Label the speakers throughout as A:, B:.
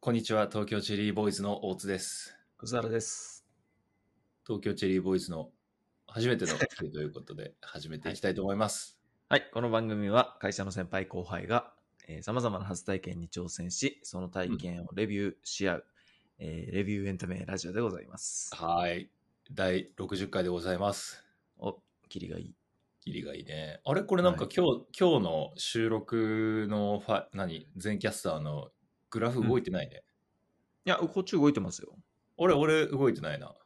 A: こんにちは、東京チェリーボーイズの大津です。
B: 葛原です。
A: 東京チェリーボーイズの初めて の企画ということで始めていきたいと思います。
B: はい、この番組は会社の先輩後輩が、えー、様々な初体験に挑戦し、その体験をレビューし合う、えーレビューエンタメラジオでございます。
A: はーい。第60回でございます。
B: お、キリがいい。
A: キリがいいね。あれこれなんか今日、今日の収録のファ、何全キャスターのグラフ動いてないね。
B: いや、こっち動いてますよ。
A: 俺、俺動いてないな。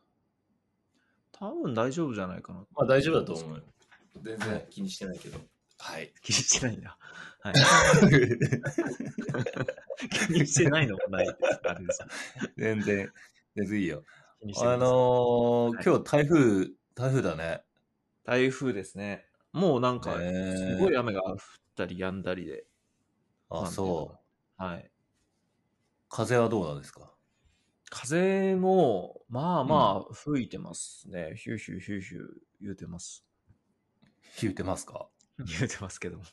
B: 多分大丈夫じゃないかな。
A: まあ大丈夫だと思う。全然気にしてないけど。はい。
B: 気にしてないん だ。はい。気にしてないのもない。あれです。
A: 全然、全然いいよ。
B: 気にしてな
A: あ
B: いで
A: の
B: す
A: ー
B: はい
A: 今日台風、台風だね。
B: 台風ですね。もうなんか、
A: ねえ
B: すごい雨が降ったり止んだりで。
A: あ、そう。
B: う。はい。
A: 風はどうなんですか
B: 風も、まあまあ、吹いてますね。ヒューヒューヒューヒュー言うてます。
A: 言うてますか
B: 言うてますけども。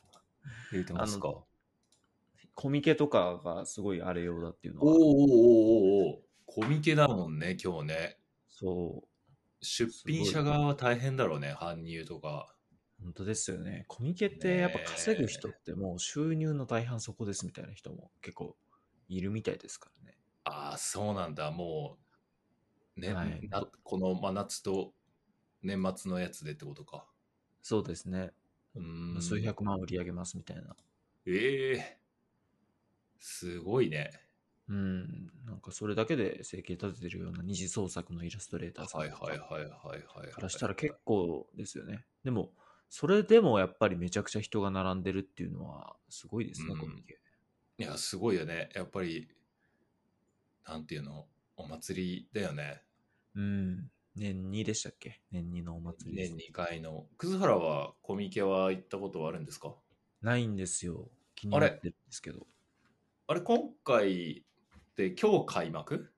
A: 言うてますか
B: あコミケとかがすごい荒れようだっていうの
A: おーおーお
B: は、
A: ーおーおーコミケだもんね、今日ね。
B: そ
A: 出品者側は大変だろうね、搬入とか。
B: う、本当ですよね。コミケってやっぱ稼ぐ人ってもう収入の大半そこですみたいな人も結構いるみたいですからね。
A: ああ、そうなんだ、もう、ね、
B: はい
A: なこの真夏と年末のやつでってことか。
B: そうですね。
A: うーん。
B: 数百万売り上げますみたいな。
A: ええすごいね。
B: うん。なんかそれだけで生計立ててるような二次創作のイラストレーターさん
A: はい
B: とか
A: はいはいはいはい。
B: からしたら結構ですよね。でも、それでもやっぱりめちゃくちゃ人が並んでるっていうのはすごいですね、
A: うん
B: コミケ。
A: いや、すごいよね。やっぱり、なんていうの、お祭りだよね。
B: うん。年2でしたっけ年2のお祭りです
A: 年2回の。葛原はコミケは行ったことはあるんですか
B: ないんですよ。気になってるんですけど。
A: あれ、今回って今日開幕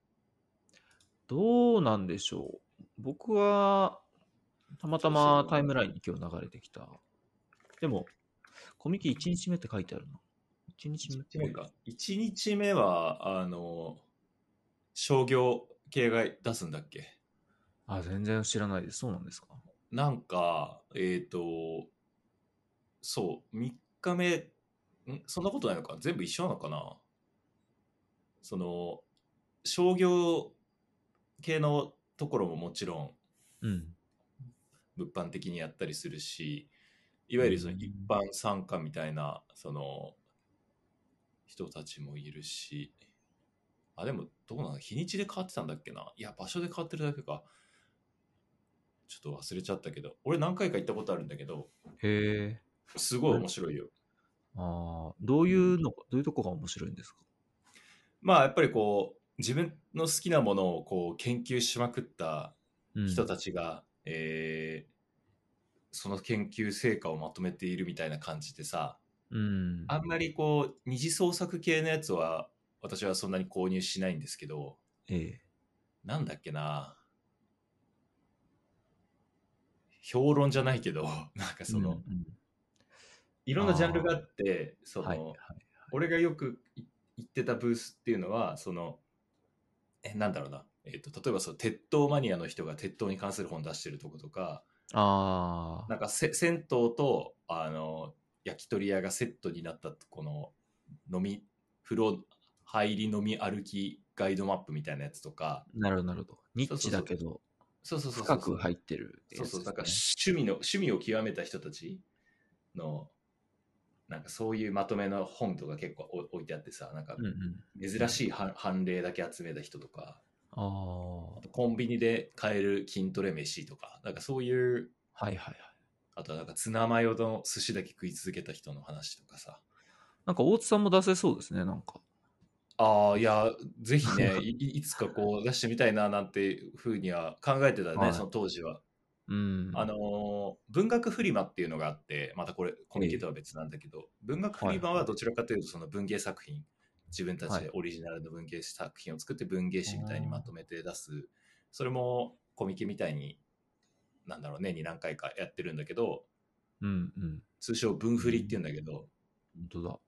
B: どうなんでしょう僕は、たまたまタイムラインに今日流れてきた。でも、コミケ1日目って書いてあるな。1日目
A: 1日目か。1日目は、あの、商業系が出すんだっけ
B: あ、全然知らないです。そうなんですか。
A: なんか、えっ、と、そう、3日目、んそんなことないのか全部一緒なのかなその、商業系のところももちろん
B: うん。
A: 物販的にやったりするし、いわゆるその
B: うん
A: 一般参加みたいな、その、人たちもいるし、あ、でもどうなの日にちで変わってたんだっけないや、場所で変わってるだけか。ちょっと忘れちゃったけど、俺何回か行ったことあるんだけど、
B: へえ。
A: すごい面白いよ。
B: ああ、どういうの、どういうとこが面白いんですか
A: まあ、やっぱりこう、自分の好きなものをこう研究しまくった人た
B: ち。
A: ちが、えーその研究成果をまとめているみたいな感じでさ、
B: うん。
A: あんまりこう、二次創作系のやつは、私はそんなに購入しないんですけど、
B: ええ。
A: なんだっけな評論じゃないけど、 なんかその、
B: うんうん
A: いろんなジャンルがあって、その、
B: はいはい。
A: 俺がよくい行ってたブースっていうのは、その、え、なんだろうな。えっ、と、例えばその、鉄塔マニアの人が鉄塔に関する本出してるとことか、
B: あ
A: なんかせ銭湯とあの焼き鳥屋がセットになったこの飲み風呂入り飲み歩きガイドマップみたいなやつとか
B: あ、なるほど、なるほど。ニッチだけど、
A: そうそうそうそう
B: 深く入ってるやつ
A: そう
B: です
A: そう
B: ね。
A: なんか趣味の趣味を極めた人たちのなんかそういうまとめの本とか結構お置いてあってさなんか
B: うんうん。
A: 珍しいは判例だけ集めた人とか
B: ああ、は
A: コンビニで買える筋トレ飯とかなんかそういう
B: いはいはい。
A: あとはなんかツナマヨの寿司だけ食い続けた人の話とかさ
B: なんか大津さんも出せそうですね、なんか。
A: ああ、いや、ぜひ ね、いいいつかこう出してみたいななんてふうには考えてたね、
B: はい
A: その当時は。
B: うん。
A: あのー文学フリマっていうのがあって、またこれ、コミュニケートは別なんだけど、文学フリマ
B: はいは
A: はいどちらかというと、その文芸作品、自分たち
B: はい
A: でオリジナルの文芸作品を作って文芸誌みたいにまとめて出す、それもコミケみたいに、なんだろう、年に何回かやってるんだけど、
B: うんうん。
A: 通称文フリっていうんだけど、
B: 本当だ。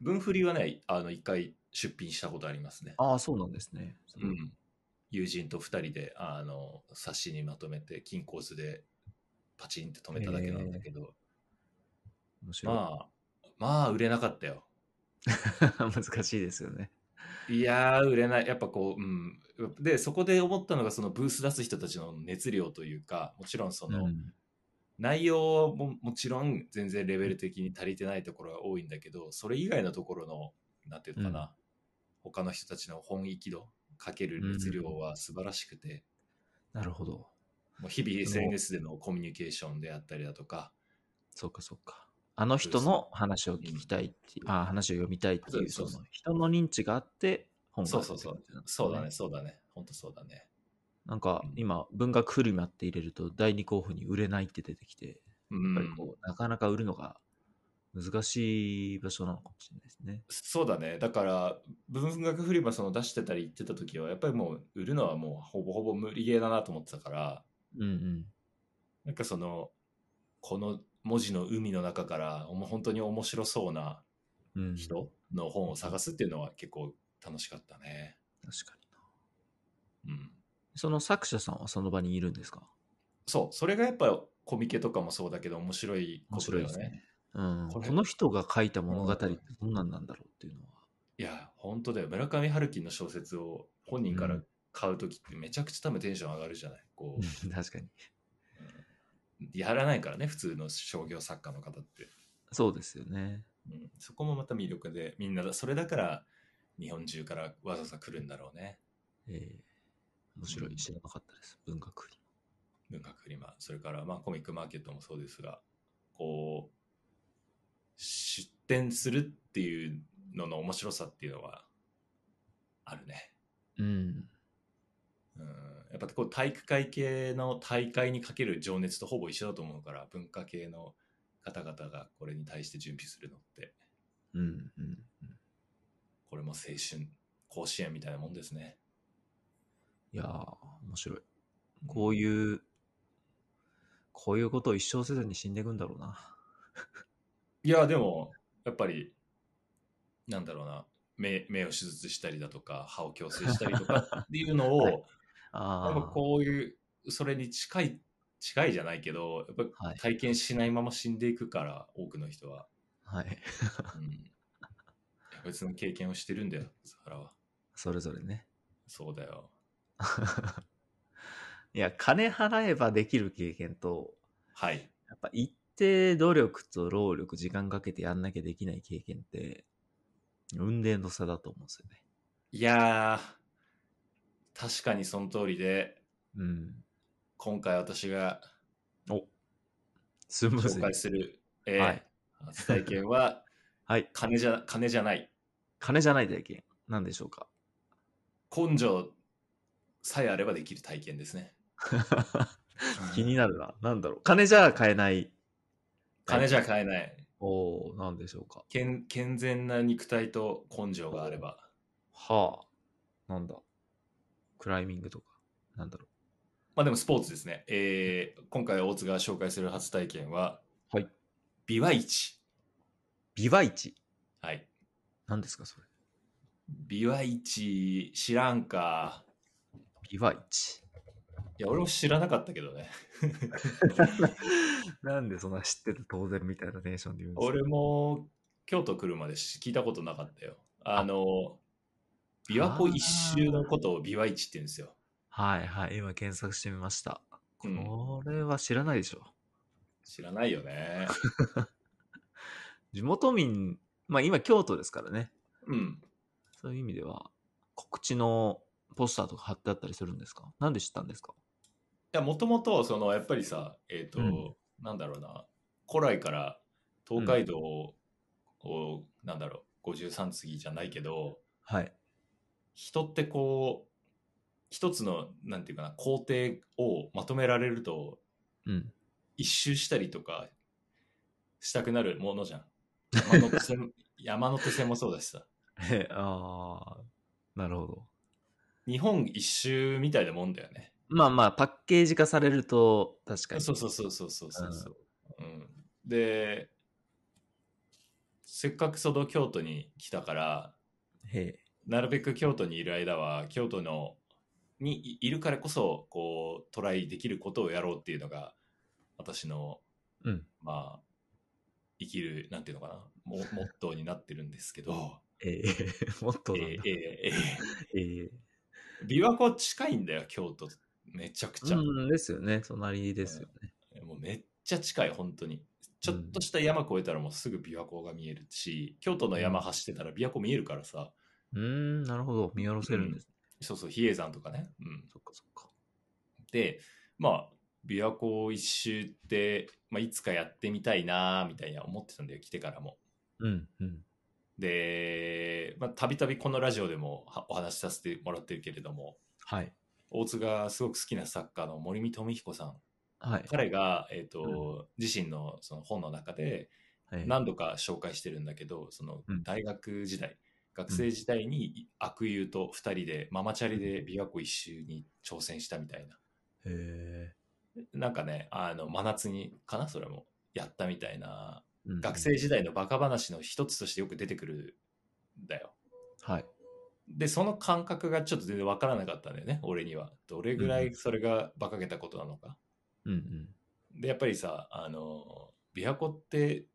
A: 文振りはね、あの、一回出品したことありますね。
B: ああ、そうなんですね。
A: うん、友人と2人であの冊子にまとめて金コースでパチンって止めただけなんだけど、
B: 面白い。
A: まあまあ売れなかったよ
B: 難しいですよね。
A: いやー売れないやっぱこううんでそこで思ったのがそのブース出す人たちの熱量というかもちろんその、
B: うん
A: 内容ももちろん全然レベル的に足りてないところが多いんだけどそれ以外のところのなんていうのかな、
B: うん
A: 他の人たちの本意気度かける熱量は素晴らしくて、
B: なるほど。
A: もう日々
B: の
A: SNS でのコミュニケーションであったりだとか、
B: そうかそうか。あの人の話を聞きたいって、ああ話を読みたいっていう、
A: そ
B: そう
A: そう
B: の人の認知があって本
A: そ
B: が出
A: う
B: てく
A: そうそう
B: るってことなんです
A: そうだね、。そうだね、本当そうだね。
B: なんか
A: うん
B: 今、文学フルマって入れると第二候補に売れないって出てきて、
A: う
B: やっぱり
A: ん、
B: こう、なかなか売るのが難しい場所なのかもしれないですね。
A: そうだね、だから文学フリマその出してたり言ってた時は、やっぱりもう売るのはもうほぼほぼ無理ゲーだなと思ってたから、
B: うんうん。
A: なんかその、この文字の海の中から、もう本当に面白そうな
B: うん、確か
A: 人の本を探すっていうのは結構楽しかったね。
B: にな。
A: うん、
B: その作者さんはその場にいるんですか
A: そう、それがやっぱコミケとかもそうだけど、面白いことだよね。。
B: うん、
A: こ
B: こ
A: れ
B: の人が書いた物語ってどんなんなんだろうっていうのは。
A: いや、本当だよ。村上春樹の小説を本人から買うときってめちゃくちゃ多分テンション上がるじゃない。こう、
B: 確かに。
A: やらないからね、普通の商業作家の方って。
B: そうですよね。
A: うん、そこもまた魅力で、みんなだ、それだから日本中からわざわざ来るんだろうね。
B: ええ面白い。知らなかったです。文学に。
A: 文学フリマ。それから、まあ、コミックマーケットもそうですが、こう、出展するっていうのの面白さっていうのはあるね。
B: うん。
A: うんやっぱこう体育会系の大会にかける情熱とほぼ一緒だと思うから文化系の方々がこれに対して準備するのって
B: うん。うん。
A: これも青春甲子園みたいなもんですね
B: いやー、面白い。こういう、こういうことを一生せずに死んでいくんだろうな。
A: いやでもやっぱりなんだろうな目目を手術したりだとか歯を矯正したりとかっていうのを、
B: はい
A: やっぱ
B: ああ。
A: こういうそれに近い近いじゃないけどやっぱ
B: はい
A: 体験しないまま死んでいくから、多くの人は、
B: はい。
A: うん、いや別の経験をしてるんだよサハラは。
B: それぞれね。
A: そうだよ。
B: いや、金払えばできる経験と、
A: はい。
B: やっぱ一定努力と労力、時間かけてやんなきゃできない経験って、運命の差だと思うんですよね。
A: いやー、確かにその通りで、
B: うん。
A: 今回私が
B: スムー
A: 紹
B: ズに
A: 介。する、えー
B: はい
A: 初体験は
B: はい。
A: 金じゃ、金じゃない。
B: 金じゃない体験。なんでしょう か。
A: 根性さえあればできる体験ですね。
B: 気になるな。なんだろう。金じゃ買えない。
A: 金じゃ買えない。
B: おー、なんでしょうか。
A: 健健全な肉体と根性があれば。
B: はあ。なんだ。クライミングとか。なんだろ
A: まあでもスポーツですね。えー今回大津が紹介する初体験は、
B: はい。
A: ビワイチ。
B: う。ビワイチ。
A: はい。
B: なんですか、それ。
A: ビワイチ知らんか。
B: ビワイチ。
A: いや、俺も知らなかったけどね。
B: なんでそんな知ってて当然みたいなテンションで言うんですか
A: 俺も京都来るまでし聞いたことなかったよ。あの、琵琶湖一周のことを琵琶市って言うんですよ。
B: はいはい、今検索してみました。
A: うん
B: これは知らないでしょ。
A: 知らないよ ね。
B: 地元民、まあ今京都ですからね。
A: うん。
B: そういう意味では、告知のポスターとか貼ってあったりするんですかなんで知ったんですか
A: いや、もともと、その、やっぱりさ、えっ、と、
B: うん
A: なんだろうな、古来から東海道を、こうなんだろう、53次じゃないけど、
B: はい。
A: 人ってこう、一つの、なんていうかな、工程をまとめられると、
B: うん。
A: 一周したりとかしたくなるものじゃん。山手線 山手線もそうだしさ。
B: え、あー、なるほど。
A: 日本一周みたいなもんだよね。
B: まあまあ、パッケージ化されると、確かに。
A: そうそうそうそうそうそうそう、うん。で、せっかくその京都に来たから、
B: へえ。
A: なるべく京都にいる間は、京都のにいいるからこそ、こう、トライできることをやろうっていうのが、私の、
B: うん。
A: まあ、生きる、なんていうのかな、モモットーになってるんですけど、
B: ええ もっとなんだ。
A: えーえーえ
B: ええ
A: ー 琵琶湖近いんだよ、京都。めちゃくちゃ。
B: うん、ですよね。隣ですよね。
A: もうめっちゃ近い、本当に。ちょっとした山越えたらもうすぐ琵琶湖が見えるし、京都の山走ってたら琵琶湖見えるからさ、
B: うーん、なるほど。見下ろせるんです、ね
A: そうそう、比叡山とかね。うん。
B: そっかそっか。
A: で、まあ、琵琶湖一周って、まあ、いつかやってみたいなーみたいな思ってたんだよ、来てからも。
B: うん、うん。
A: で、まあ、たびたびこのラジオでもはお話しさせてもらってるけれども、
B: はい。
A: 大津がすごく好きな作家の森見富彦さん。
B: はい。
A: 彼が、えっ、と、自身のその本の中で
B: ええ
A: 何度か紹介してるんだけど、その
B: うん
A: 大学時代、学生時代に悪友と二人でママチャリで琵琶湖一周に挑戦したみたいな。
B: へえ
A: なんかね、あの、真夏に、かなそれも、やったみたいな、
B: うん
A: 学生時代のバカ話の一つとしてよく出てくるんだよ。
B: はい。
A: で、その感覚がちょっと全然わからなかったんだよね、俺には。どれぐらいそれが馬鹿げたことなのか。
B: うんうん。
A: で、やっぱりさ、あの、琵琶湖って、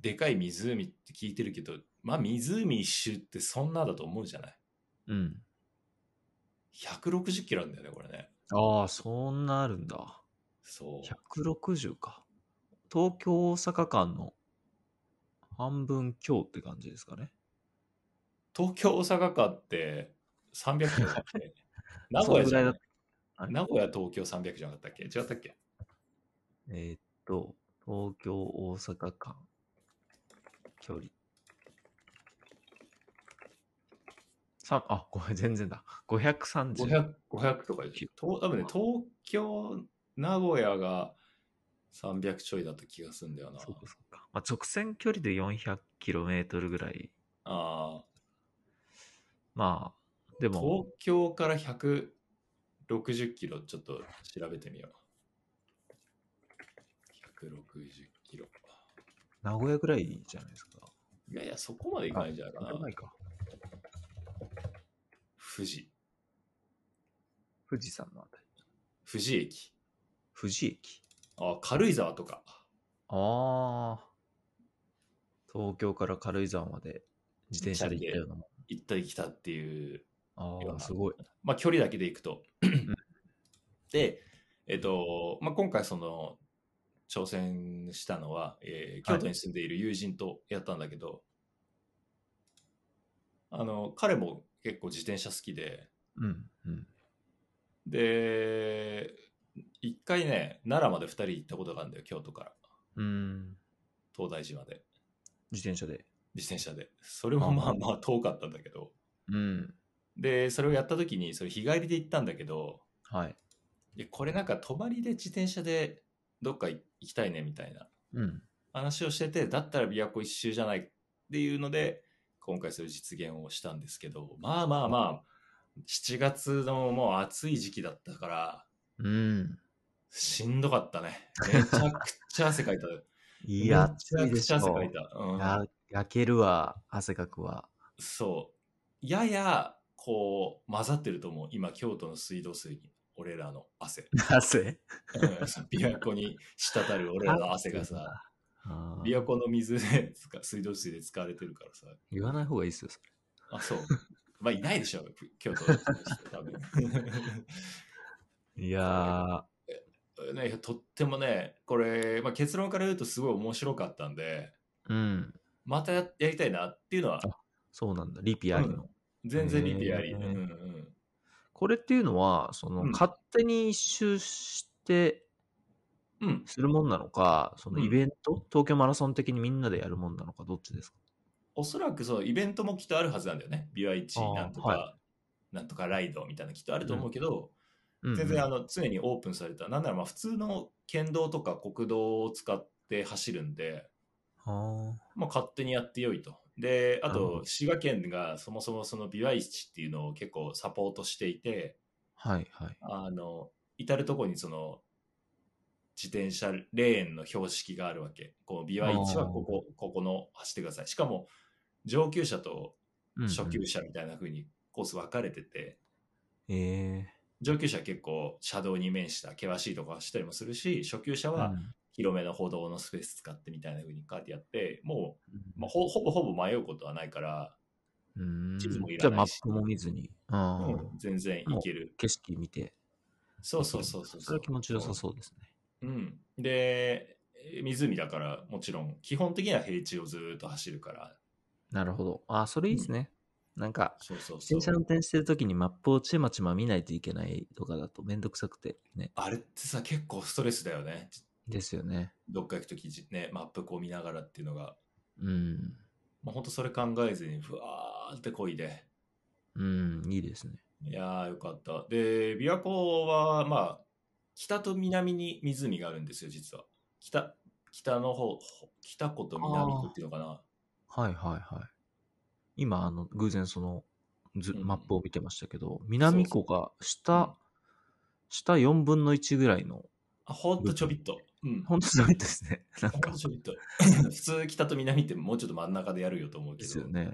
A: でかい湖って聞いてるけど、まあ湖一周ってそんなだと思うじゃない。
B: うん。
A: 160キロあるんだよね、これね。
B: ああ、そんなあるんだ。
A: そう。
B: 160か。東京大阪間の半分強って感じですかね。
A: 東京大阪間って300キロだって。名古屋じゃない
B: あれ
A: 名古屋、東京300じゃなかったっけ違ったっけ
B: えーっと、東京、大阪間、距離。さあ、ごめん、 全然だ。530。
A: 500, 500とかでしょと多分ね、東京、名古屋が300ちょいだった気がするんだよな。
B: そうか、そうか。まあ、直線距離で 400km ぐらい。
A: あ
B: まあ、で
A: ー
B: も、
A: 東京から160キロ、ちょっと調べてみよう。160キロ。
B: 名古屋ぐらいじゃないですか。
A: いやいや、そこまでいかないんじゃないかな
B: あれ。ないか。
A: 富士、
B: 富士山のあたり。
A: 富士駅。
B: 富士駅。
A: あー、軽井沢とか。
B: ああ。東京から軽井沢まで自転車で行ったようなもん。
A: 行ったり来たっていう
B: ああ、すごい。
A: まあ、距離だけで行くと。で、えっとまあ、今回その挑戦したのは、えー京都に住んでいる友人とやったんだけど、あの彼も結構自転車好きで
B: うん、うん。
A: で一回ね奈良まで2人行ったことがあるんだよ京都から
B: うん。
A: 東大寺まで
B: 自転車で。
A: 自転車でそれもまあまあ遠かったんだけど
B: うん。
A: でそれをやった時にそれ日帰りで行ったんだけど
B: はい。
A: いやこれなんか泊まりで自転車でどっか行きたいねみたいな
B: うん。
A: 話をしててだったら琵琶湖一周じゃないっていうので今回それ実現をしたんですけどまあまあまあ7月のもう暑い時期だったから
B: うん。
A: しんどかったねめちゃくちゃ汗かいた
B: いや、
A: めち
B: 暑
A: ゃ
B: い
A: く
B: で
A: ち
B: し
A: ゃ汗か
B: ょ
A: い。た、うん、
B: や、焼けるわ、汗かくわ。
A: そうややこう混ざってると思う今京都の水道水に俺らの汗
B: 汗
A: うんそう琵琶湖に滴る俺らの汗が さ
B: あ
A: 琵
B: ー
A: 琶湖の水で使水道水で使われてるからさ。
B: 言わない方がいいっすよ。それ
A: あ、そう。まあ、いないでしょ、京都の人多分
B: いや
A: ね、とってもね、これ、まあ、結論から言うとすごい面白かったんで、
B: ー、うん。
A: またややりたいなっていうのは、
B: そうなんだ、リピあり
A: う
B: の。
A: 全然リピあり。
B: へ
A: うん
B: ー
A: うん、
B: これっていうのは、その、
A: うん
B: 勝手に一周して、
A: うん。
B: するもんなのか、その
A: うん
B: イベント、東京マラソン的にみんなでやるもんなのか、どっちですか
A: おそらくそう、イベントもきっとあるはずなんだよね。BY1
B: あー
A: なんとか、
B: は
A: なんとかライドみたいなきっとあると思うけど、
B: うんうん
A: 全然あの常にオープンされた。なんならまあ普通の県道とか国道を使って走るんで、
B: あ
A: まあ、勝手にやってよいと。で、あ
B: なるほ
A: と、
B: ど
A: 滋賀県がそもそもその美和市っていうのを結構サポートしていて、
B: ーはいはい。
A: あの、至るところにその、自転車レーンの標識があるわけ。この BY1 はここ、ここの走ってください。しかも、上級者と
B: うん
A: 初級者みたいな風にコース分かれてて、
B: え
A: 上級者は結構車道に面した険しいとこ走ったりもするし、初級者
B: ー
A: は
B: うん
A: 広めの歩道のスペース使ってみたいな風にカーテやって、もう、まあ、
B: う
A: ほほぼほぼ迷うことはないから、
B: ん
A: 地図もい
B: じゃ
A: ら
B: あマ
A: ない
B: ッ
A: し
B: プも見ずに、うん
A: うん全然いける。
B: 景色見て、
A: そうそうそうそうう。
B: それは気持ちよさそうですね。
A: うん、でえー湖だからもちろん基本的には平地をずーっと走るから
B: なるほど。あ、それいいですね。なんか、
A: そうそう
B: 自
A: そう
B: 転車運転してるときにマップをちまちま見ないといけないとかだとめんどくさくてね。
A: あれってさ結構ストレスだよね
B: ですよね。
A: どっか行く時じねマップこう見ながらっていうのが
B: うん。
A: もうほんとそれ考えずにふわーってこいで
B: うん、いいですね。
A: いやーよかったで琵琶湖はまあ北と南に湖があるんですよ実は北北の方ほ北湖と南湖っていうのかな
B: はいはいはい。今、あの、偶然その、ず
A: うん
B: マップを見てましたけど、南湖が下、下4分の1ぐらいの、
A: あほんとちょびっとうん
B: ほんとすごいですね。 なん
A: ほん
B: か
A: と、ちょびっと普通北と南ってもうちょっと真ん中でやるよと思うけ
B: で
A: ど
B: すよね。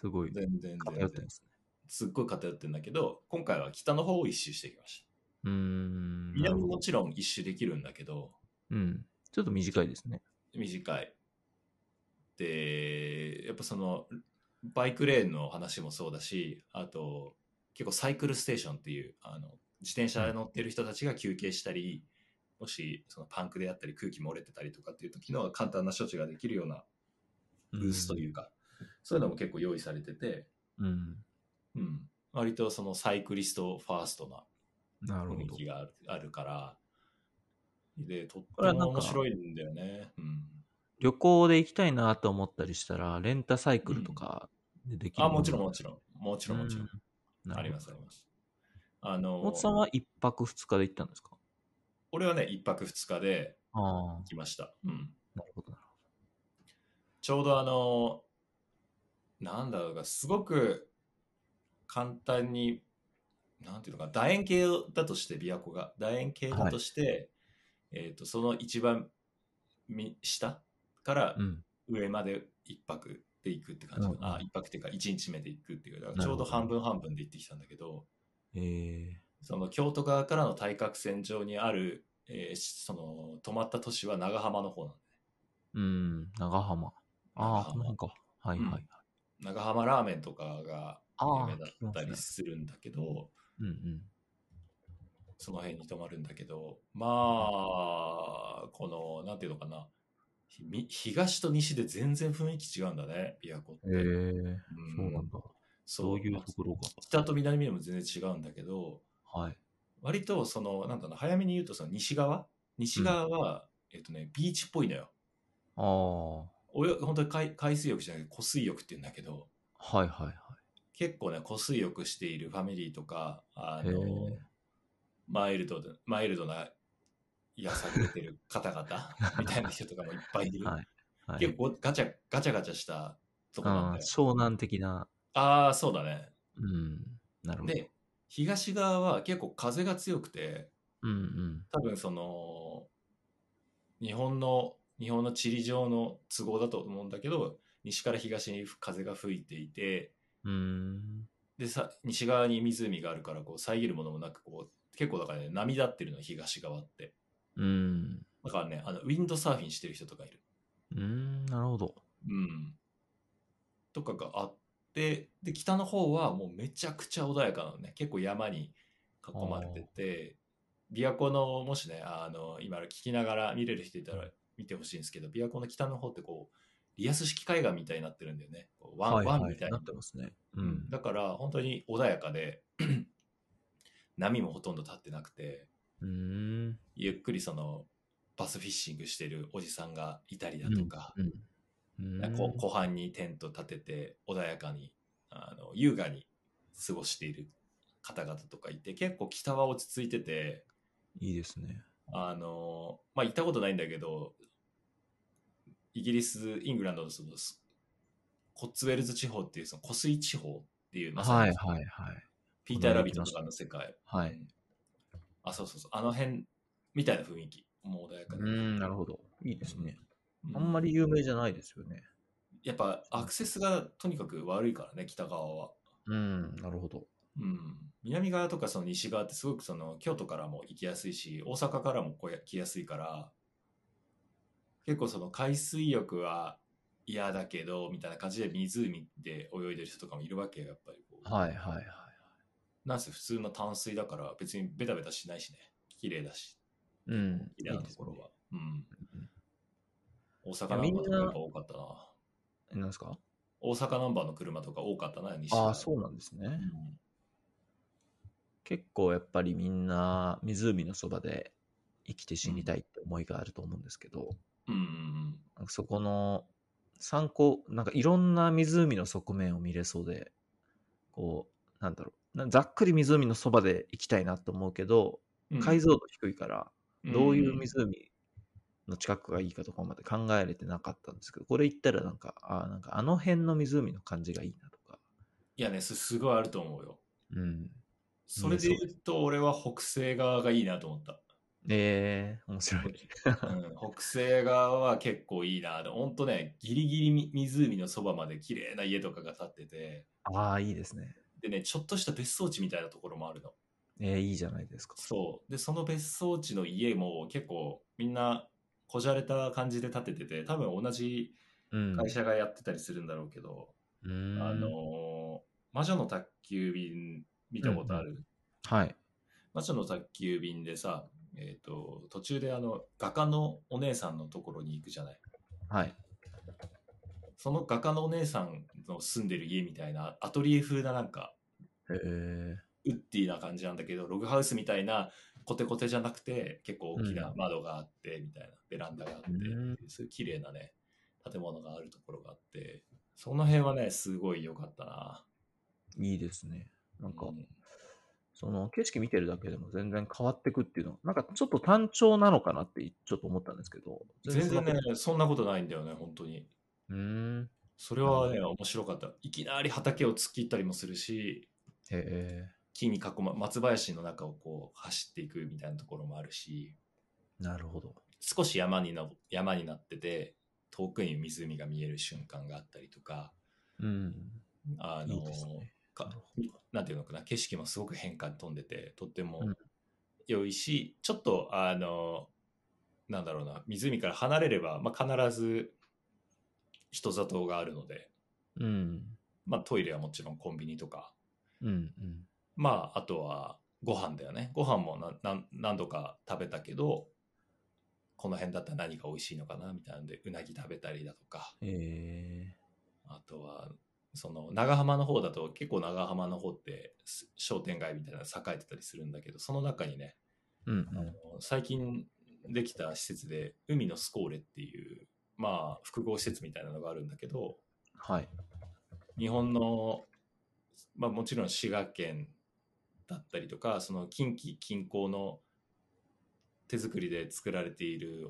B: すごい、
A: 全然
B: 偏
A: 全
B: って
A: 然
B: ますね。
A: すっごい偏ってるんだけど今回は北の方を一周してきました
B: うーん。なる
A: 南
B: ほ
A: も
B: ど
A: ちろん一周できるんだけど
B: うん。ちょっと短いですね。
A: 短いでやっぱそのバイクレーンの話もそうだしあと結構サイクルステーションっていうあの自転車に乗ってる人たちが休憩したりもしそのパンクであったり空気漏れてたりとかっていう時の簡単な処置ができるようなブースというか、そういうのも結構用意されてて、
B: うん。
A: うん、割とそのサイクリストファーストな
B: なるほ
A: 雰囲
B: ど
A: 気。があるあるから、で、とっ
B: れ
A: て
B: はなん
A: も
B: か
A: 面白いんだよね。うん、
B: 旅行で行きたいなと思ったりしたら、レンタサイクルとかでできる
A: あ、もちろんも
B: も
A: ちろん。もちろんもちろん。ありますあります。あ
B: 大
A: の
B: 津、さんは1泊2日で行ったんですか
A: 俺はね、1泊2日で
B: ああ。
A: 来ました。うん、
B: なるほどなる
A: ちょうどあの、なんだろうか、すごく簡単に、なんていうのか、楕円形だとして、琵琶湖が、楕円形だとして、えっと、その一番み下から
B: ほど。うん。
A: 上まで一泊で行くって感じかな。
B: うんうん
A: あ、一泊っていうか、一日目で行くっていうか、だか
B: な
A: らち
B: る
A: ょ
B: ほ
A: うど
B: ど
A: 半分半分で行ってきたんだけど、
B: え
A: その京都側からの対角線上にある、えーその、泊まった都市は長浜の方なん
B: ー、うん、長浜。
A: 長浜
B: ああ、この辺か。はいはいはい。
A: 長浜ラーメンとかが
B: あ
A: 有
B: あ
A: 名だったりするんだけど、
B: うんうん。
A: その辺に泊まるんだけど、まあ、この、なんていうのかな、ひみ東と西で全然雰囲気違うんだね、琵琶湖って。
B: えー、
A: うん
B: そうなんだ。
A: そ
B: そうういうところ
A: 北と南でも全然違うんだけど、
B: が。はい。
A: 割と、その、なんだろうな、早めに言うと、その西側西側は、えっとね、ビーチっぽいのよ。
B: ああ、は
A: およ本当に海海水浴じゃなくて、湖水浴って言うんだけど、
B: いはいはい。
A: 結構ね、湖水浴しているファミリーとか、あ
B: へ
A: の
B: ー、
A: マイルドで、マイルドな癒されてる方 々みたいな人とかもいっぱいいる。
B: はいはい、
A: 結構ガチャ、ガチャガチャしたとこなん
B: あ
A: だ
B: ー
A: よ。
B: 湘南的な。
A: ああ、そうだね。
B: うん。なるほど。
A: で、東側は結構風が強くて、
B: うんうん。
A: 多分その、日本の、日本の地理上の都合だと思うんだけど、西から東に風が吹いていて、
B: うーん。
A: でさ西側に湖があるからこう遮るものもなくこう結構だからね波立ってるの東側って
B: うん。
A: だからねあのウィンドサーフィンしてる人とかいる
B: うーん、なるほど。
A: うんとかがあってで北の方はもうめちゃくちゃ穏やかなのね結構山に囲まれてて琵琶湖のもしねあの今聞きながら見れる人いたら見てほしいんですけど琵琶湖の北の方ってこうリアス式海岸みたいになってるんだよねこう湾、
B: はい
A: 湾
B: は
A: み
B: い
A: たい
B: な
A: な
B: ってますね。うん。
A: だから本当に穏やかで 波もほとんど立ってなくて
B: うーん。
A: ゆっくりそのバスフィッシングしてるおじさんがいたりだとか、
B: うん。うーん
A: こう湖畔にテント立てて穏やかにあの優雅に過ごしている方々とかいて結構北は落ち着いてて
B: いいですね。
A: あのまあ行ったことないんだけどイギリスイングランドのそのスコッツウェルズ地方っていうその湖水地方っていうまさ
B: はい
A: に
B: はいはい。
A: ピーター・ラビットとかの世界、
B: はい。
A: あ、そうそうそう、あの辺みたいな雰囲気。もう穏やか
B: う
A: に。
B: ん、なるほど。いいですね。
A: うん
B: あんまり有名じゃないですよね。
A: やっぱアクセスがとにかく悪いからね、北側は。
B: うん、なるほど。
A: うん、南側とかその西側ってすごくその京都からも行きやすいし大阪からも来や来やすいから結構その海水浴は嫌だけどみたいな感じで湖で泳いでる人とかもいるわけよやっぱりこう、
B: はいはいはい。
A: なんせ普通の淡水だから別にベタベタしないしね綺麗だし
B: うん、
A: 綺麗ない
B: い
A: と
B: です
A: こ
B: ね
A: ろは、うん大阪
B: い
A: ナ
B: や
A: ンバー
B: み
A: と
B: ん
A: か
B: な
A: やっぱ多かったな
B: なんですか
A: 大阪ナンバーの車とか多かったな西
B: あ
A: 側
B: あ、そうなんです
A: う
B: ね。
A: ん
B: 結構やっぱりみんな湖のそばで生きて死にたいって思いがあると思うんですけど、
A: うんうん
B: なんかそこの参考、なんかいろんな湖の側面を見れそうで、こう、なんだろう、なざっくり湖のそばで行きたいなと思うけど、
A: うんうん
B: 解像度低いから、どういう
A: うん
B: 湖の近くがいいかとかまで考えれてなかったんですけど、これ行ったらなんか、ああ、なんかあの辺の湖の感じがいいなとか、
A: いやねすすごいあると思うよ
B: うん。
A: それで言うと、俺は北西側がいいなと思った。
B: ええ面白い。
A: うん、北西側は結構いいな。ほんとね、ギリギリみ湖のそばまで綺麗な家とかが建ってて、
B: ああ、いいですね。
A: でね、ちょっとした別荘地みたいなところもあるの。
B: ええいいじゃないですか。
A: そう。で、その別荘地の家も結構みんなこじゃれた感じで建ててて、多分同じ
B: うん。
A: 会社がやってたりするんだろうけど、
B: うーん
A: あのー魔女の宅急便見たことある、
B: はい。
A: 魔女の宅急便でさ、えー、と途中であの画家のお姉さんのところに行くじゃない
B: はい。
A: その画家のお姉さんの住んでる家みたいなアトリエ風ななんか
B: ええ
A: ウッディな感じなんだけどログハウスみたいなコテコテじゃなくて結構大きな窓があってみたいな、ベランダがあって、
B: うん
A: そういう綺麗なね建物があるところがあってその辺はねすごい良かったない
B: いですね。な
A: なん
B: か、その景色見てるだけでも全然変わってくっていうのは、なんかちょっと単調なのかなってちょっと思ったんですけど。
A: 全
B: そんな
A: 然
B: こと
A: ね。そんなことないんだよね本当に
B: うーん。
A: それはね面白かったいきなり畑を突っ切ったりもするし
B: ええ
A: 木に囲ま松林の中をこう走っていくみたいなところもあるし
B: なるほど。
A: 少し山にな山になってて遠くに湖が見える瞬間があったりとか
B: うん。
A: あの
B: いいですね。
A: か
B: なるほ
A: なんていうのかな景色もすごく変化に富んでてとっても
B: うん
A: 良いし、ちょっとあのなんだろうな湖から離れれば、まあ、必ず人里があるので、
B: ど。うん。
A: まあ、トイレはもちろんコンビニとか
B: うん。うん。
A: まあ、あとはご飯だよね。ご飯もななん何度か食べたけど、この辺だったら何が美味しいのかなみたいなので、うなぎ食べたりだとか、
B: ええ
A: あとは、その長浜の方だと結構長浜の方ってす商店街みたいなの栄えてたりするんだけど、その中にね、
B: うん
A: あの最近できた施設で海のスコーレっていう、まあ、複合施設みたいなのがあるんだけど、
B: はい。
A: 日本の、まあ、もちろん滋賀県だったりとかその近畿近郊の手作りで作られている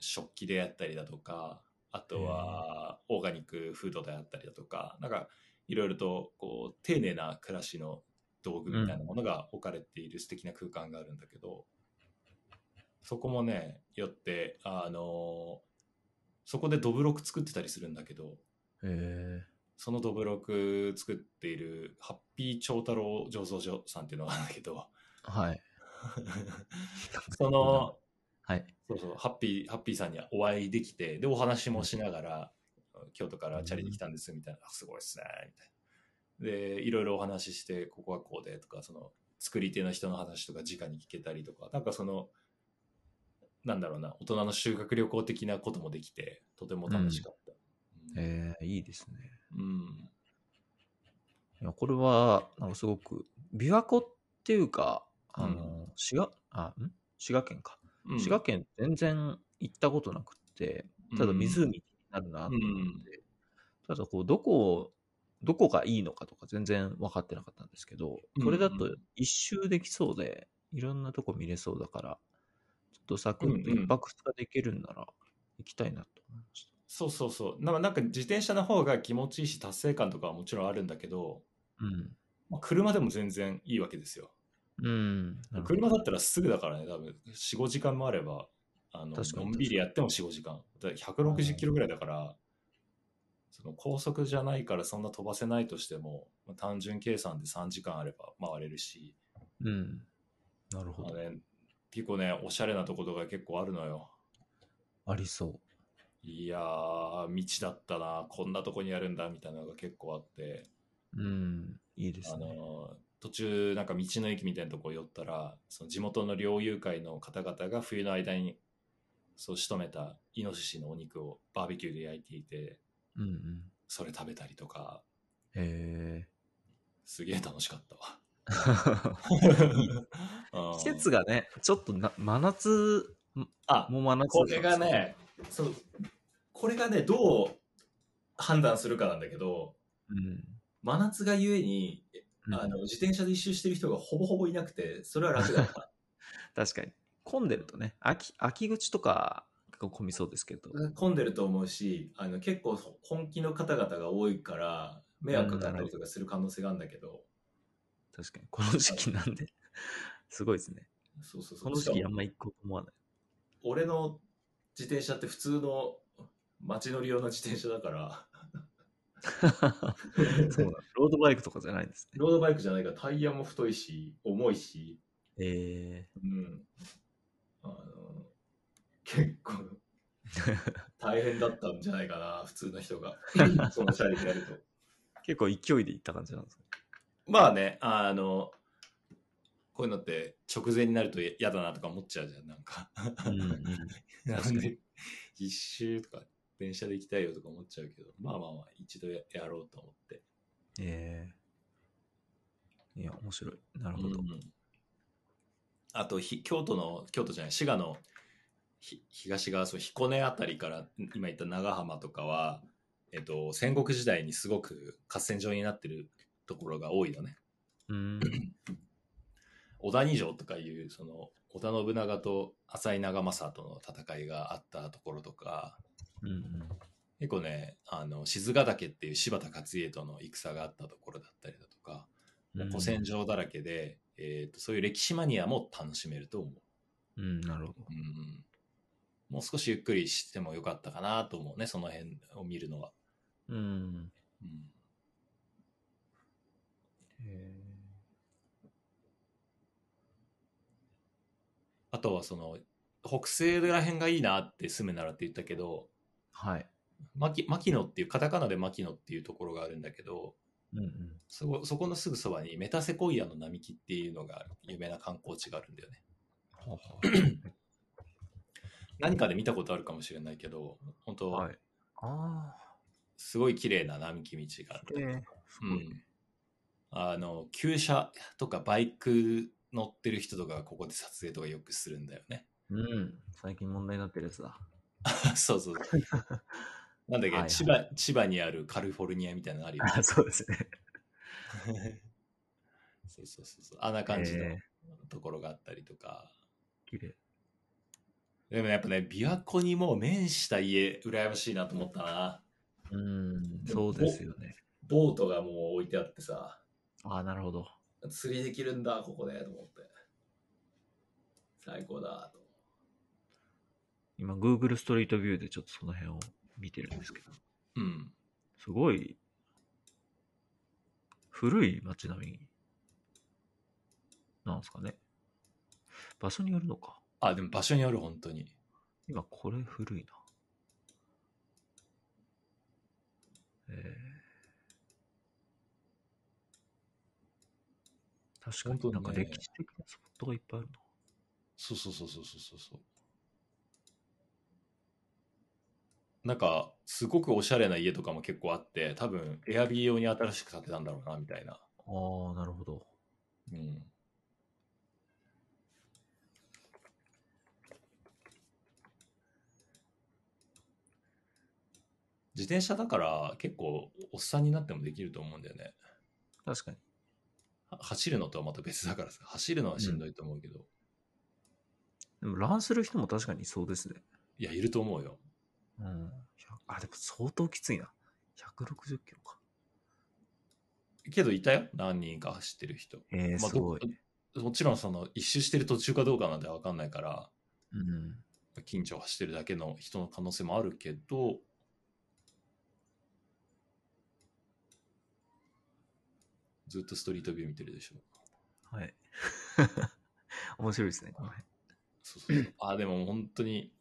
A: 食器であったりだとかあとはオーガニックフードであったりだとかなんかいろいろとこう丁寧な暮らしの道具みたいなものが置かれている素敵な空間があるんだけど、そこもねよってあのそこでどぶろく作ってたりするんだけど
B: ええ
A: そのどぶろく作っているハッピー長太郎醸造所さんっていうのがあるんだけ ど
B: はい。
A: その
B: はい。
A: そうそうハッピーハッピーさんにお会いできてでお話もしながら京都からチャリで来たんですみたいな、あすごいっすねみたいなでいろいろお話ししてここはこうでとかその作り手の人の話とか直に聞けたりとかなんかそのなんだろうな大人の修学旅行的なこともできてとても楽しかった、うん
B: ええいいですね。
A: うん
B: いや、これは、なんかすごく、琵琶湖っていうか、あの、滋賀、あ、ん滋賀県か。
A: うん
B: 滋賀県全然行ったことなくって、ただ湖になるなと思って、ただこう、どこを、どこがいいのかとか全然分かってなかったんですけど、これだ
A: うんう
B: と一周できそうで、いろんなとこ見れそうだから、ちょっとサクッと
A: うんうん
B: 一泊二日できるんなら行きたいなと思いまし
A: そうそうそう。ななんか自転車の方が気持ちいいし達成感とかはもちろんあるんだけど、
B: た。うん。
A: まあ、車でも全然いいわけですよ。
B: うん。なるほど
A: 車だったらすぐだからね、多分4、5時間もあればあの
B: 確かに
A: のんびりやっても4、5時間。だから160キロぐらいだから、その高速じゃないからそんな飛ばせないとしても、まあ単純計算で3時間あれば回れるし、
B: うん。なるほ
A: まあ
B: ど。
A: ね、結構ね、おしゃれなとことか結構あるのよ。
B: ありそう。
A: いやー、道だったな、こんなとこにやるんだみたいなのが結構あって、
B: うん。いいです
A: あ
B: ね。
A: のー途中、なんか道の駅みたいなとこ寄ったら、その地元の猟友会の方々が冬の間にそう仕留めたイノシシのお肉をバーベキューで焼いていて、
B: うんうん。
A: それ食べたりとか、
B: へ
A: すげえ楽しかったわ。
B: え。
A: うん
B: 季節がね、ちょっとな真夏、
A: あ、
B: もう真夏
A: これが、ね、そう、これがね、どう判断するかなんだけど、
B: うん。
A: 真夏がゆえに、
B: うん
A: あの自転車で一周してる人がほぼほぼいなくて、それは楽だった。
B: 確かに。混んでるとね、秋秋口とか結構混みそうですけど。
A: 混んでると思うし、あの結構本気の方々が多いから、迷惑かかったりとかする可能性があるんだけど、
B: 確かに。この時期なんで、 すごいですね。
A: そうそうそ
B: こ
A: う。
B: の時
A: し
B: 期
A: か
B: あん
A: も
B: ま行こうと思わない。
A: 俺の自転車って普通の街乗り用の自転車だから、
B: そうなんだロードバイクとかじゃないんですね。
A: ロードバイクじゃないからタイヤも太いし、重いし、
B: え
A: うん。あの、結 構大変だったんじゃないかな、普通の人 が。そのチャリでやると。
B: ー、結構勢いで行った感じなんですね。
A: まあね、あの、こういうのって直前になると嫌だなとか思っちゃうじゃん、なんか。
B: うんうん、
A: な
B: 確
A: ん
B: か
A: で、 一周とか、電車で行きたいよとか思っちゃうけど、まあまあまあ、一度ややろうと思って。
B: えー、いや、面白い。なるほど。
A: うんあとひ、京都の、京都じゃない、滋賀のひ東側、そう彦根あたりから、今言った長浜とかは、えっと、戦国時代にすごく合戦場になってるところが多いよね。
B: うん。
A: 織田二条とかいうその織田信長と浅井長政との戦いがあったところとか
B: うんうん、
A: 結構ねあの静ヶ岳っていう柴田勝家との戦があったところだったりだとか、もう古戦場だらけで、えー、とそういう歴史マニアも楽しめると思う、
B: うん、なるほど。
A: うん、もう少しゆっくりしてもよかったかなと思うねその辺を見るのは、
B: うん。
A: うん、
B: え
A: あとはその北西ら辺がいいなって住むならって言ったけど
B: ー、はい。
A: 牧牧野っていうカタカナで牧野っていうところがあるんだけど
B: うんうん。
A: そこそこのすぐそばにメタセコイアの並木っていうのが有名な観光地があるんだよね
B: はは
A: 何かで見たことあるかもしれないけど本当、
B: はい。ああ。
A: すごい綺麗な並木道があって、
B: え
A: う
B: ごいね
A: ん、あの旧車とかバイク乗ってる人とかがここで撮影とかよくするんだよね
B: うん。最近問題になってるやつだ。
A: そうそうそうなんだっけ、
B: はいはい
A: 千葉千葉にあるカリフォルニアみたいなのあ るよね
B: そうですね。
A: そうそうそうそうあんな感じの
B: え
A: ところがあったりとか、
B: ー綺麗。
A: でもねやっぱね、琵琶湖にもう面した家、羨ましいなと思ったな。
B: うん。
A: で
B: そ
A: も
B: うですよね。
A: ボートがもう置いてあってさ、
B: ああ、なるほど。
A: 釣りできるんだ、ここで、と思って。最高だ、と。
B: 今、Google ストリートビューでちょっとその辺を見てるんですけど。
A: うん。
B: すごい、古い街並みなんですかね。場所によるのか。
A: あ、でも場所による、本当に。
B: 今、これ古いな。えー確か
A: 本
B: に、
A: 当
B: な
A: に
B: ん
A: ね
B: か歴史的なスポットがいっぱいある
A: そうそうそうそうそうそう。なんか、すごくおしゃれな家とかも結構あって、多分、エアビー用に新しく建てたんだろうな、みたいな。
B: の。ああ、なるほど。
A: うん。自転車だから結構おっさんになってもできると思うんだよね。
B: 確かに。
A: は走るのとはまた別だからさ、走るのはしんどいと思うけど、
B: でも、ランする人も確かにいそうですね。
A: いや、いると思うよ。
B: うん。ひゃあ、でも相当きついな。160キロか。
A: けどいたよ、何人か走ってる人。
B: ええー、
A: まあ
B: すごい。
A: どこもちろんその一周してる途中かどうかなんてわかんないから、
B: うん。
A: 近所を走ってるだけの人の可能性もあるけど、ずっとストリートビュー見てるでしょ。
B: はい。 面白いですね、この辺。
A: そうそうそう。あ、でも本当に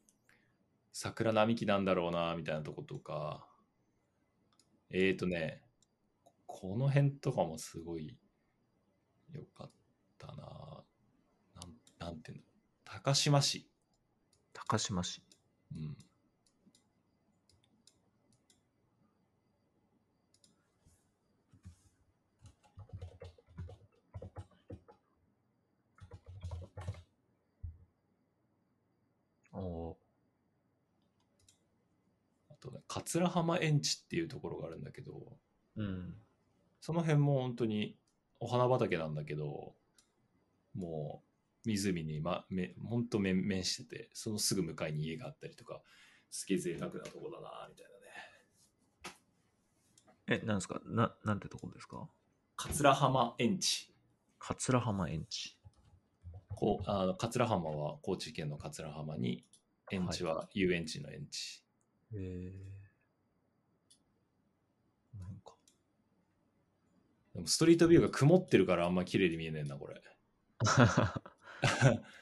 A: 桜並木なんだろうな、みたいなとことか。えーとね、この辺とかもすごい良かったな。なん、なんていうの。高島市。
B: 高島市。
A: うん。
B: おお
A: あとね、桂浜園地っていうところがあるんだけど、
B: ー。うん。
A: その辺も本当にお花畑なんだけど、もう湖に、ま、め本当面面してて、そのすぐ向かいに家があったりとか、すげえ贅沢なとこだな、みたいなね。
B: え、なんですかな、なんてとこですか
A: 桂浜園地。
B: 桂浜園地。
A: こうあの桂浜は高知県の桂浜に、園地は遊園地の園地。
B: えー。この辺か。
A: でもストリートビューが曇ってるからあんま綺麗に見えねえな、これ。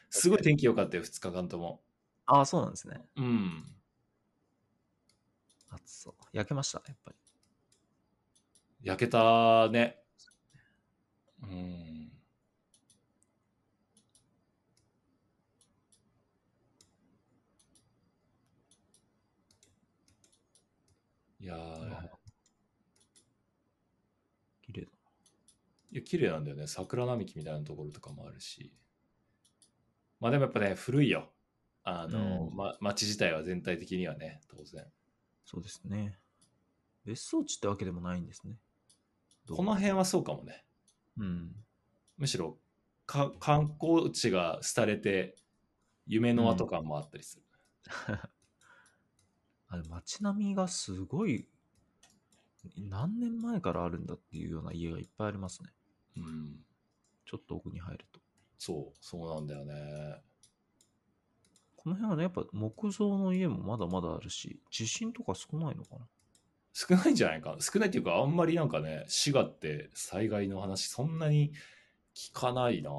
A: すごい天気良かったよ、2日間とも。
B: ああ、そうなんですね。
A: うん。
B: 暑そう。焼けました、やっぱり。
A: 焼けたね。うん。いやー
B: あー綺麗だ。
A: いや綺麗なんだよね。桜並木みたいなところとかもあるし。まあでもやっぱね、古いよ。あの、
B: うん
A: ま、街自体は全体的にはね、当然。
B: そうですね。別荘地ってわけでもないんですね。どう
A: この辺はそうかもね。
B: うん。
A: むしろか観光地が廃れて夢の輪とかもあったりする、
B: あれ、街並みがすごい、何年前からあるんだっていうような家がいっぱいありますね。
A: うん
B: ちょっと奥に入ると。
A: そうそうなんだよね
B: この辺はね、やっぱ木造の家もまだまだあるし、地震とか少ないのかな
A: 少ないんじゃないか少ないっていうかあんまりなんかね滋賀って災害の話そんなに聞かないなぁ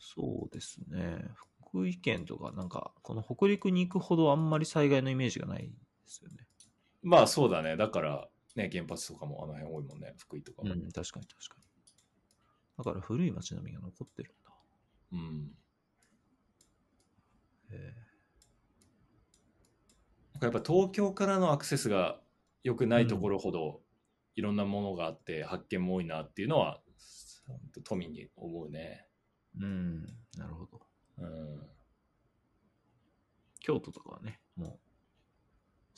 B: そうですね。福井県とか、なんか、この北陸に行くほどあんまり災害のイメージがないですよね。
A: まあそうだねだからね原発とかもあの辺多いもんね福井とか
B: うん、確かに確かに。だから古い街並みが残ってるんだ。
A: うん
B: へ
A: なんかやっぱ東京からのアクセスが良くないところほどいろんなものがあって発見も多いなっていうのは本当都民に思うね
B: えうん、なるほど。
A: うん
B: 京都とかはね、もう、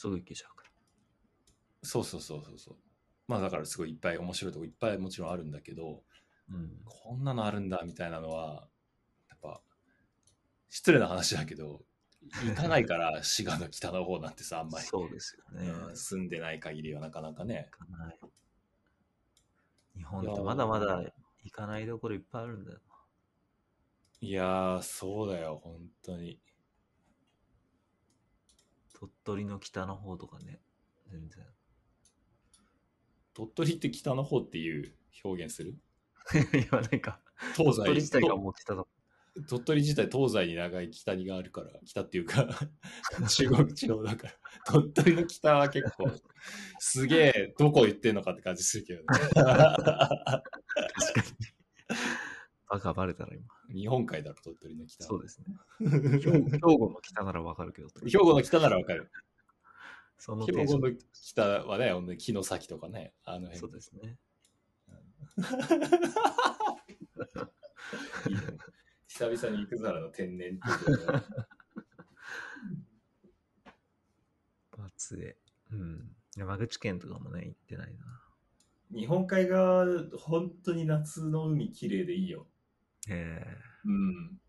B: すぐ行けちゃうから。
A: そうそうそうそうそう。まあだからすごいいっぱい面白いとこいっぱいもちろんあるんだけど、
B: うん。
A: こんなのあるんだみたいなのは、やっぱ、失礼な話だけど、行かない から滋賀の北の方なんてさ、あんまり、
B: そうですよね。
A: うん住んでない限りはなかなかね。
B: 行かない。日本ってまだまだ行かないところいっぱいあるんだよ。
A: いやー、そうだよ、本当に。
B: 鳥取の北の方とかね。全然。
A: 鳥取って北の方っていう表現する
B: 言わ ないか。
A: 東
B: 鳥取自
A: 西
B: 体がもう北だ。
A: と鳥取自体東西に長い北にがあるから、北っていう か、中国地方だから、鳥取の北は結構、すげえ、どこ行ってんのかって感じするけどね。
B: 確かに。バカバレたら今。
A: 日本海だろ、鳥取の北。
B: そうですね。兵庫兵庫の北ならわかるけど。
A: 兵庫の北ならわかる。
B: その
A: 兵
B: テンショ
A: 庫
B: ン
A: の北はね、ほんとに木の先とかね、あの
B: そう
A: 辺。
B: ですね。
A: いいね久々に行く皿の天然っていうのが
B: バツで。うん。山口県とかもね、行ってないな。
A: 日本海側、本当に夏の海綺麗でいいよ。
B: ええ
A: うん。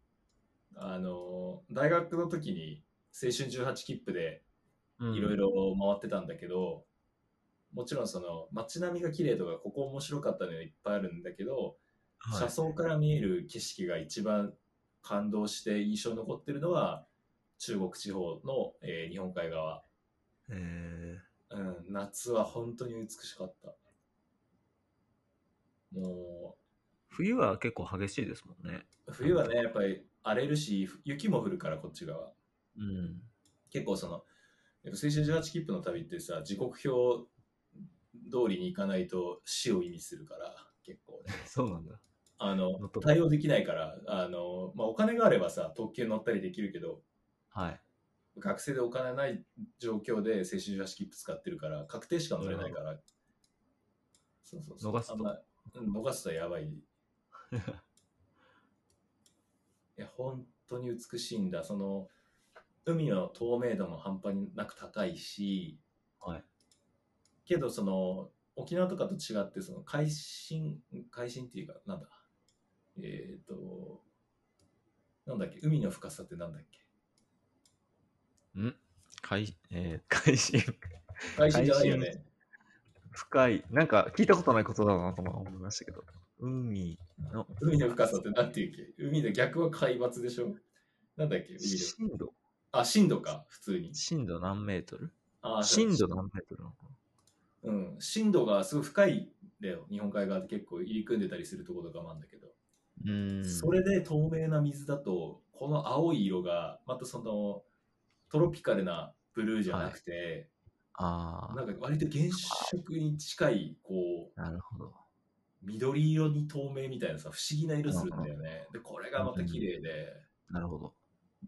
A: あの、大学の時に青春18切符で、いろいろ回ってたんだけど、もちろんその街並みが綺麗とかここ面白かったのいっぱいあるんだけど、
B: はい
A: 車窓から見える景色が一番感動して印象に残ってるのは中国地方の、えー日本海側、
B: えー、
A: うん、夏は本当に美しかった。も
B: 冬は結構激しいですもんね。
A: う、冬はね、やっぱり荒れるし、雪も降るから、こっち側。
B: うん。
A: 結構その、やっぱ青春18切符の旅ってさ、時刻表通りに行かないと死を意味するから、結構ね。
B: そうなんだ。
A: あの
B: 乗っ、とく
A: 対応できないから、あの、まあ、お金があればさ、特急乗ったりできるけど、
B: はい。
A: 学生でお金ない状況で青春18切符使ってるから、確定しか乗れないから、そうそうそう。
B: 逃すと
A: あんまうん逃すとや ばい。いや、本当に美しいんだ。その、海の透明度も半端なく高いし、
B: はい。
A: けどその沖縄とかと違ってその海進海進っていうかなんだえっ、となんだっけ海の深さってなんだっけ
B: 海、えー、海進。
A: 海進じゃないよね
B: 海 深い。なんか聞いたことないことだなとも思いましたけど。海の
A: 海の深さってなんていうっけ海の逆は海抜でしょなんだっけ海の
B: 深度。
A: あ深度か普通に
B: 深度何メートル
A: あ
B: 深度何メートルなのか
A: うん深度がすごい深いんだよ日本海側って結構入り組んでたりするところとかもあるんだけど
B: なうーん。
A: それで透明な水だとこの青い色がまたそのトロピカルなブルーじゃなくて、
B: あ
A: なんか割と原色に近いこう
B: あ、なるほど。
A: 緑色に透明みたいなさ不思議な色するんだよね。でこれがまた綺麗で、
B: なるほど。
A: うん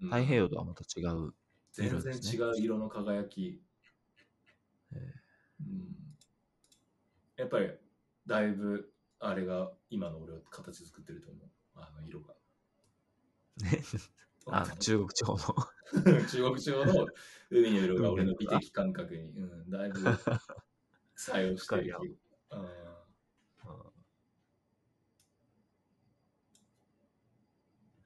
B: 太平洋とはまた違う。
A: 全然違う色の輝き、
B: えー
A: うんやっぱりだいぶあれが今の俺を形作ってると思うあの色が。
B: ね、あの中国地方の
A: 中国地方の海の色が俺の美的感覚に、うん、だい ぶ作用してる気がうん
B: 深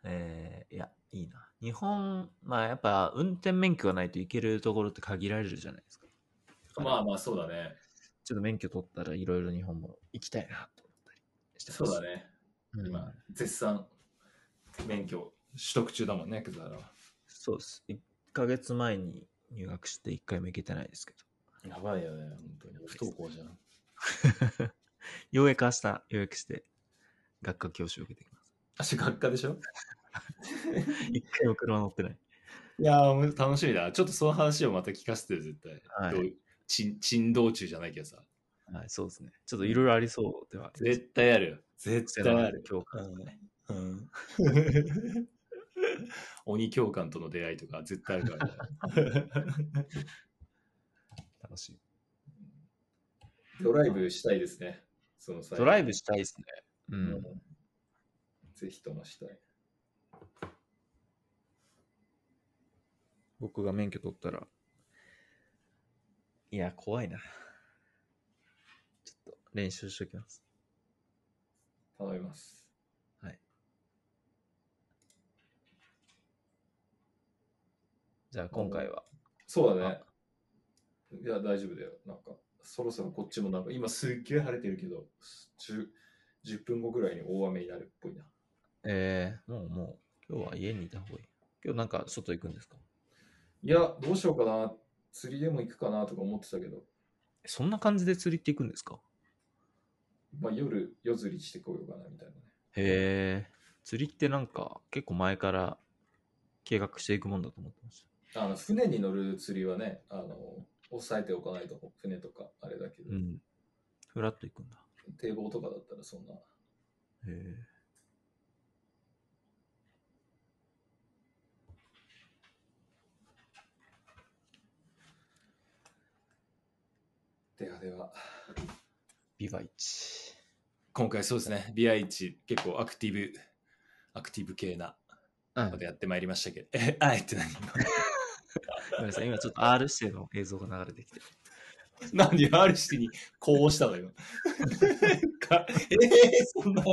B: えー、いや、いいな。日本、まあやっぱ運転免許がないと行けるところって限られるじゃないですか。
A: まあまあそうだね。
B: ちょっと免許取ったらいろいろ日本も行きたいなと思ったりしてま
A: そ
B: す。
A: うだね。
B: うん
A: 今、絶賛免許取得中だもんね、葛原は。
B: そうです。1ヶ月前に入学して1回も行けてないですけど。
A: やばいよね、本当に。不登校じゃん。
B: ようやく明日予約して学科教習を受けてきま
A: 足学科でしょ
B: す。1回も車乗ってない。
A: いやー、楽しみだ。ちょっとその話をまた聞かせてよ、絶対。
B: はい
A: どう珍珍道中じゃないけどさ。
B: はい、そうですね。ちょっといろいろありそうではあります
A: 絶対あるよ。絶対ある。
B: 教科とかね。
A: うん、鬼教官との出会いとか絶対あるから、ね、
B: 楽しい。
A: ドライブしたいですね。その際
B: ドライブしたいですね。う。
A: うんぜひともしたい。
B: 僕が免許取ったら。いや、怖いな。ちょっと練習しておきます。
A: 頼みます。
B: じゃあ今回は。
A: そうだね。いや、大丈夫だよ。なんか、そろそろこっちもなんか、今すっげえ晴れてるけど、10, 10分後ぐらいに大雨になるっぽいな。
B: えー、もうもう、今日は家にいた方がいい。今日なんか外行くんですか
A: いや、どうしようかな。釣りでも行くかなとか思ってたけど、
B: そんな感じで釣りって行くんですか
A: まあ夜、夜釣りしてこようかなみたいなね。
B: へえ。釣りってなんか結構前から計画していくもんだと思ってました。
A: あの船に乗る釣りはね、あの、押さえておかないと、船とかあれだけど、
B: うん。ふらっと行くんだ。
A: 堤防とかだったらそんな。
B: へえ。
A: ではでは。
B: ビバイチ。
A: 今回そうですね、BI1 結構アクティブ、アクティブ系な
B: う
A: こ
B: ん
A: と。やってまいりましたけど、 え、あえって何
B: ごめんなさい、今ちょっと R 指定の映像が流れてきて。
A: なんで R 式にこうしたの今。 かえー、そんな、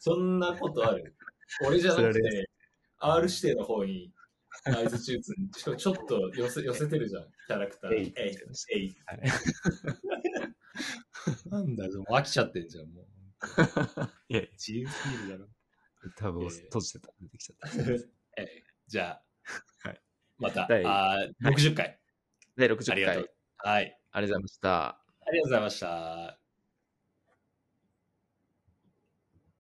A: そんなことある俺じゃなく
B: それ
A: て、R 指定の方に、アイズチューズに、しかもちょっと寄せ寄せてるじゃん、キャラクター。
B: えい
A: えい、えい
B: あれ。
A: なんだよ、もう飽きちゃってんじゃん、 もう。
B: いやいや、
A: 自由すぎるだろ。
B: 多分
A: えー
B: 閉じてた。出てきちゃった。
A: えいじゃあ、
B: はい
A: また、
B: 第
A: あー60回。
B: 第60回。
A: ありがとう。はい。
B: ありがとうございました。
A: ありがとうございました。